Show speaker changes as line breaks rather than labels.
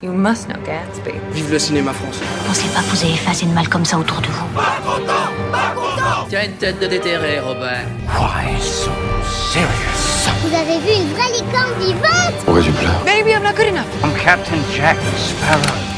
You must know Gatsby.
Vive le cinéma français.
Pensez pas que vous avez effacé de mal comme ça autour de vous.
Tu as une tête de déterré, Robert.
Vous avez vu une vraie licorne vivante
Pourquoi tu pleures
Maybe I'm not good enough.
I'm Captain Jack Sparrow.